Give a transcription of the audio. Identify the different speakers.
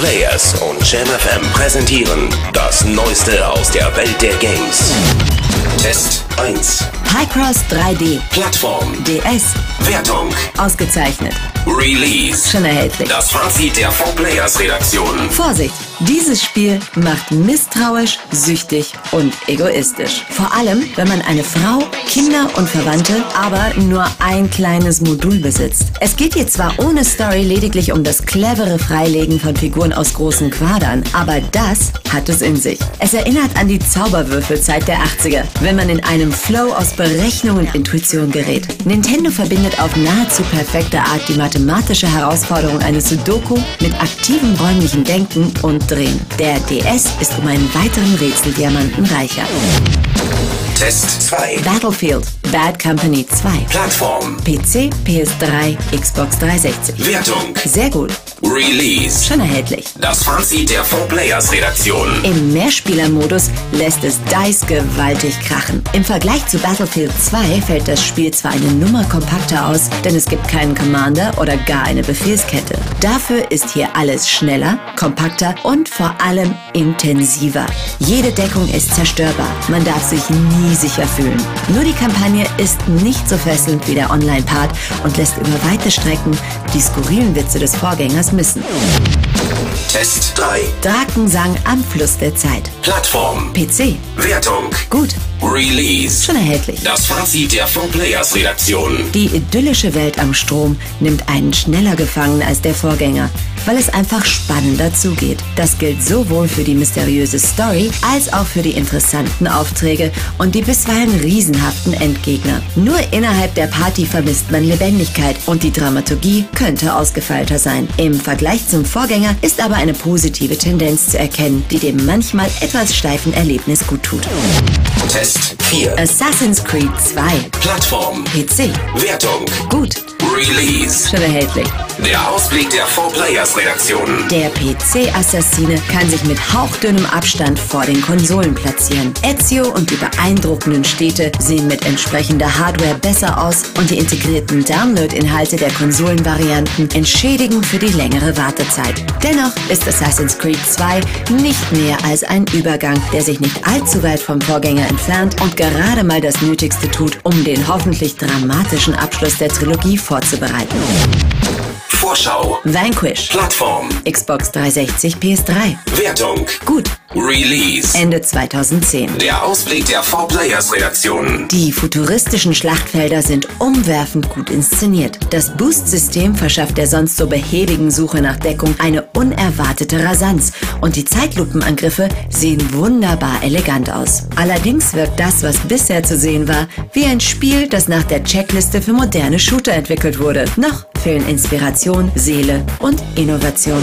Speaker 1: Players und JamFM präsentieren das Neueste aus der Welt der Games. Test 1.
Speaker 2: Highcross 3D,
Speaker 1: Plattform.
Speaker 2: DS,
Speaker 1: Wertung.
Speaker 2: ausgezeichnet,
Speaker 1: Release.
Speaker 2: schon erhältlich.
Speaker 1: Das Fazit der 4-Players-Redaktion.
Speaker 2: Vorsicht, dieses Spiel macht misstrauisch, süchtig und egoistisch. Vor allem, wenn man eine Frau, Kinder und Verwandte, aber nur ein kleines Modul besitzt. Es geht hier zwar ohne Story lediglich um das clevere Freilegen von Figuren aus großen Quadern, aber das hat es in sich. Es erinnert an die Zauberwürfelzeit der 80er, wenn man in einem Flow aus Berechnung und Intuition gerät. Nintendo verbindet auf nahezu perfekte Art die mathematische Herausforderung eines Sudoku mit aktivem räumlichen Denken und Drehen. Der DS ist um einen weiteren Rätseldiamanten reicher.
Speaker 1: Test 2.
Speaker 2: Battlefield Bad Company 2.
Speaker 1: Plattform.
Speaker 2: PC, PS3, Xbox 360.
Speaker 1: Wertung.
Speaker 2: Sehr gut,
Speaker 1: Release.
Speaker 2: schon erhältlich.
Speaker 1: Das Fazit der 4-Players-Redaktion.
Speaker 2: Im Mehrspielermodus lässt es DICE gewaltig krachen. Im Vergleich zu Battlefield 2 fällt das Spiel zwar eine Nummer kompakter aus, denn es gibt keinen Commander oder gar eine Befehlskette. Dafür ist hier alles schneller, kompakter und vor allem intensiver. Jede Deckung ist zerstörbar. Man darf sich nie sicher fühlen. Nur die Kampagne ist nicht so fesselnd wie der Online-Part und lässt über weite Strecken die skurrilen Witze des Vorgängers missen.
Speaker 1: Test 3.
Speaker 2: Drakensang am Fluss der Zeit.
Speaker 1: Plattform.
Speaker 2: PC.
Speaker 1: Wertung.
Speaker 2: Gut,
Speaker 1: Release.
Speaker 2: schon erhältlich.
Speaker 1: Das Fazit der 4-Players-Redaktion.
Speaker 2: Die idyllische Welt am Strom nimmt einen schneller gefangen als der Vorgänger, weil es einfach spannender zugeht. Das gilt sowohl für die mysteriöse Story als auch für die interessanten Aufträge und die bisweilen riesenhaften Endgegner. Nur innerhalb der Party vermisst man Lebendigkeit und die Dramaturgie könnte ausgefeilter sein. Im Vergleich zum Vorgänger ist aber eine positive Tendenz zu erkennen, die dem manchmal etwas steifen Erlebnis gut tut.
Speaker 1: Test 4.
Speaker 2: Assassin's Creed 2
Speaker 1: Plattform.
Speaker 2: PC.
Speaker 1: Wertung.
Speaker 2: Gut,
Speaker 1: Release.
Speaker 2: schon erhältlich.
Speaker 1: Der Ausblick der 4-Players-Redaktion.
Speaker 2: Der PC-Assassine kann sich mit hauchdünnem Abstand vor den Konsolen platzieren. Ezio und die beeindruckenden Städte sehen mit entsprechender Hardware besser aus und die integrierten Download-Inhalte der Konsolenvarianten entschädigen für die längere Wartezeit. Dennoch ist Assassin's Creed 2 nicht mehr als ein Übergang, der sich nicht allzu weit vom Vorgänger entfernt und gerade mal das Nötigste tut, um den hoffentlich dramatischen Abschluss der Trilogie vorzubereiten.
Speaker 1: Vorschau.
Speaker 2: Vanquish.
Speaker 1: Plattform.
Speaker 2: Xbox 360 PS3.
Speaker 1: Wertung.
Speaker 2: Gut,
Speaker 1: Release.
Speaker 2: Ende 2010.
Speaker 1: Der Ausblick der 4-Players-Redaktion.
Speaker 2: Die futuristischen Schlachtfelder sind umwerfend gut inszeniert. Das Boost-System verschafft der sonst so behäbigen Suche nach Deckung eine unerwartete Rasanz und die Zeitlupenangriffe sehen wunderbar elegant aus. Allerdings wirkt das, was bisher zu sehen war, wie ein Spiel, das nach der Checkliste für moderne Shooter entwickelt wurde. Noch fehlen Inspiration, Seele und Innovation.